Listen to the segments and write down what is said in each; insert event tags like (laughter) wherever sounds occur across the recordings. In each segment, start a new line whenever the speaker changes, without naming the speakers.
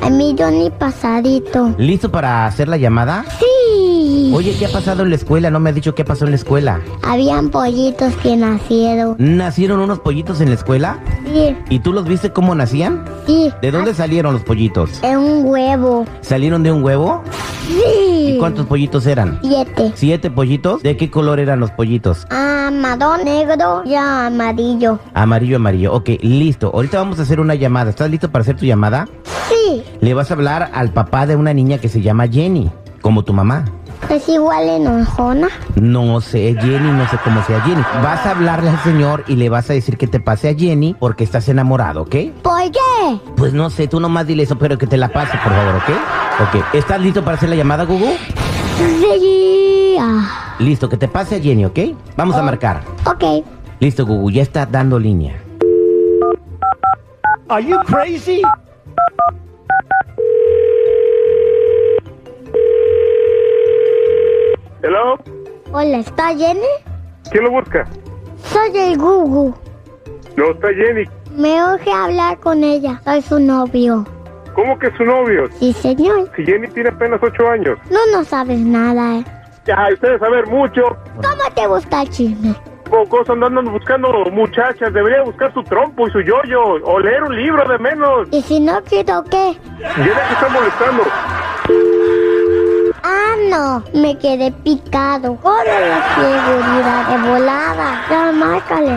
a mí Johnny pasadito.
¿Listo para hacer la llamada?
Sí.
Oye, ¿qué ha pasado en la escuela? No me ha dicho qué pasó en la escuela.
Habían pollitos que nacieron.
¿Nacieron unos pollitos en la escuela?
Sí,
¿Y tú los viste cómo nacían?
sí.
¿De dónde salieron los pollitos?
Es un huevo.
¿Salieron de un huevo?
Sí.
¿Y cuántos pollitos eran?
Siete.
¿Siete pollitos? ¿De qué color eran los pollitos?
Amarón, negro y amarillo.
Amarillo, amarillo. Ok, listo. Ahorita vamos a hacer una llamada. ¿Estás listo para hacer tu llamada?
Sí,
Le vas a hablar al papá de una niña que se llama Jenny, como tu mamá.
es igual enojona.
No sé, Jenny, no sé cómo sea Jenny. Vas a hablarle al señor y le vas a decir que te pase a Jenny porque estás enamorado, ¿ok?
¿Por qué?
Pues no sé, tú nomás dile eso, pero que te la pase, por favor, ¿ok? Ok, ¿estás listo para hacer la llamada, Gugu?
Sí. ah,
Listo, que te pase a Jenny, ¿ok? Vamos
Oh.
a marcar.
Ok.
Listo, Gugu, ya está dando línea.
Are you crazy?
Hello,
Hola, ¿está Jenny?
¿quién lo busca?
Soy el Gugu.
No, está Jenny.
Me urge hablar con ella. Soy su novio.
¿Cómo que su novio?
Sí, señor.
Si Jenny tiene apenas ocho años.
No no sabes nada. ¿eh?
Ya, ustedes saber mucho.
¿Cómo te gusta el chisme?
Pocos andan buscando muchachas. Debería buscar su trompo y su yoyo. O leer un libro de menos.
¿Y si no quiero qué?
Jenny que está molestando.
Ah, no. Me quedé picado. Corre la seguridad de volada. Ya, márcale.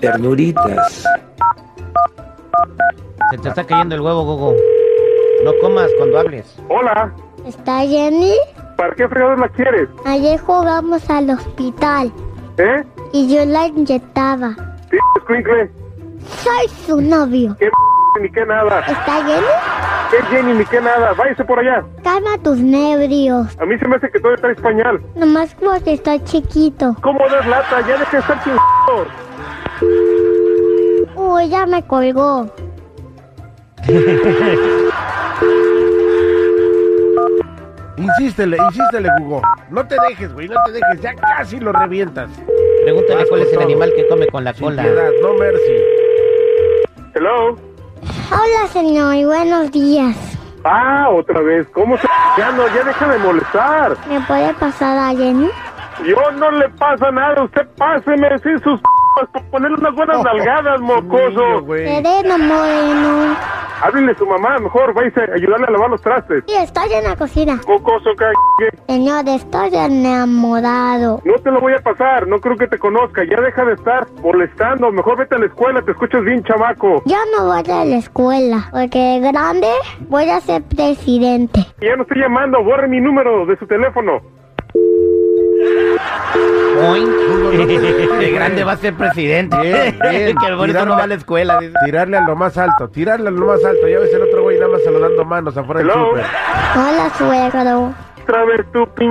ternuritas.
Se te está cayendo el huevo, Gugu. No comas cuando hables.
Hola,
¿Está Jenny?
¿para qué fregados la quieres?
Ayer jugamos al hospital
¿Eh?
y yo la inyectaba.
Sí, escuincle.
Soy su novio.
¿Qué ni qué nada?
¿Está Jenny?
¿Qué Jenny ni qué nada? Váyase por allá.
Calma tus nervios.
A mí se me hace que todo está español.
Nomás porque está chiquito.
¿Cómo das lata? Ya deja de estar chingando.
Uy, ya me colgó.
Insístele, insístele, Hugo. No te dejes, güey, no te dejes. Ya casi lo revientas.
Pregúntale
Vas
cuál
con
es el
todo.
animal que come con la
Sin
cola.
piedad, no mercy.
Hello.
Hola, señor, y buenos días.
Ah, otra vez. ¿Cómo se... (laughs) Ya no, ya deja de molestar.
¿Me puede pasar a Jenny?
Yo no le pasa nada, usted páseme así sus (laughs) p***as por ponerle unas
(laughs)
buenas nalgadas,
Oh, Niño,
mocoso.
güey.
Sereno Moreno.
Háblele a su mamá, mejor vais a ayudarle a lavar los trastes.
Sí, estoy en la cocina.
Mocoso, c******.
Señor, estoy enamorado.
(laughs) No te lo voy a pasar, no creo que te conozca, ya deja de estar molestando, mejor vete a la escuela, te escuchas bien chamaco.
Yo no voy a la escuela, porque de grande voy a ser presidente.
Ya no estoy llamando, borre mi número de su teléfono.
Oink. (laughs) De grande va a ser presidente.
Bien, bien.
(laughs) que por eso no va a la escuela.
(laughs)
dice.
Tirarle a lo más alto, tirarle a lo más alto. Ya ves el otro güey nada más saludando manos afuera del
Hello.
súper.
Hola, suegro.
Otra vez tú, p***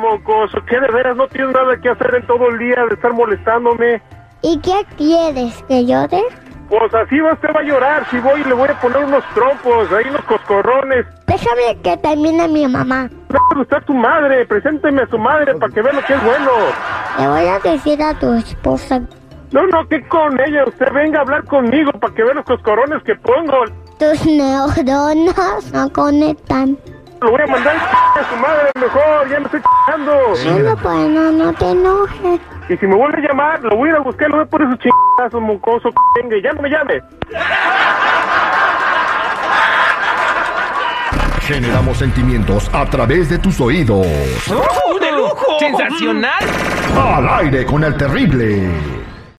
mocoso, que de veras no tienes nada que hacer en todo el día de estar molestándome.
¿Y qué quieres que yo dé?
Pues así va, usted va a llorar, si voy le voy a poner unos trompos, ahí unos coscorrones.
Déjame que termine mi mamá.
No, está tu madre, presénteme a su madre para que vea lo que es bueno.
Le voy a decir a tu esposa.
No, no, que con ella, usted venga a hablar conmigo para que vea los coscorones que pongo.
Tus neuronas no conectan.
Lo voy a mandar a su madre mejor, ya me estoy chingando.
Solo bueno, no te enojes.
Y si me vuelve a llamar, lo voy a ir a buscar, lo voy a poner su chingazo, mocoso, c******, ya no me llame.
Generamos sentimientos a través de tus oídos.
¡Oh, de lujo! ¡Sensacional!
Al aire con el terrible.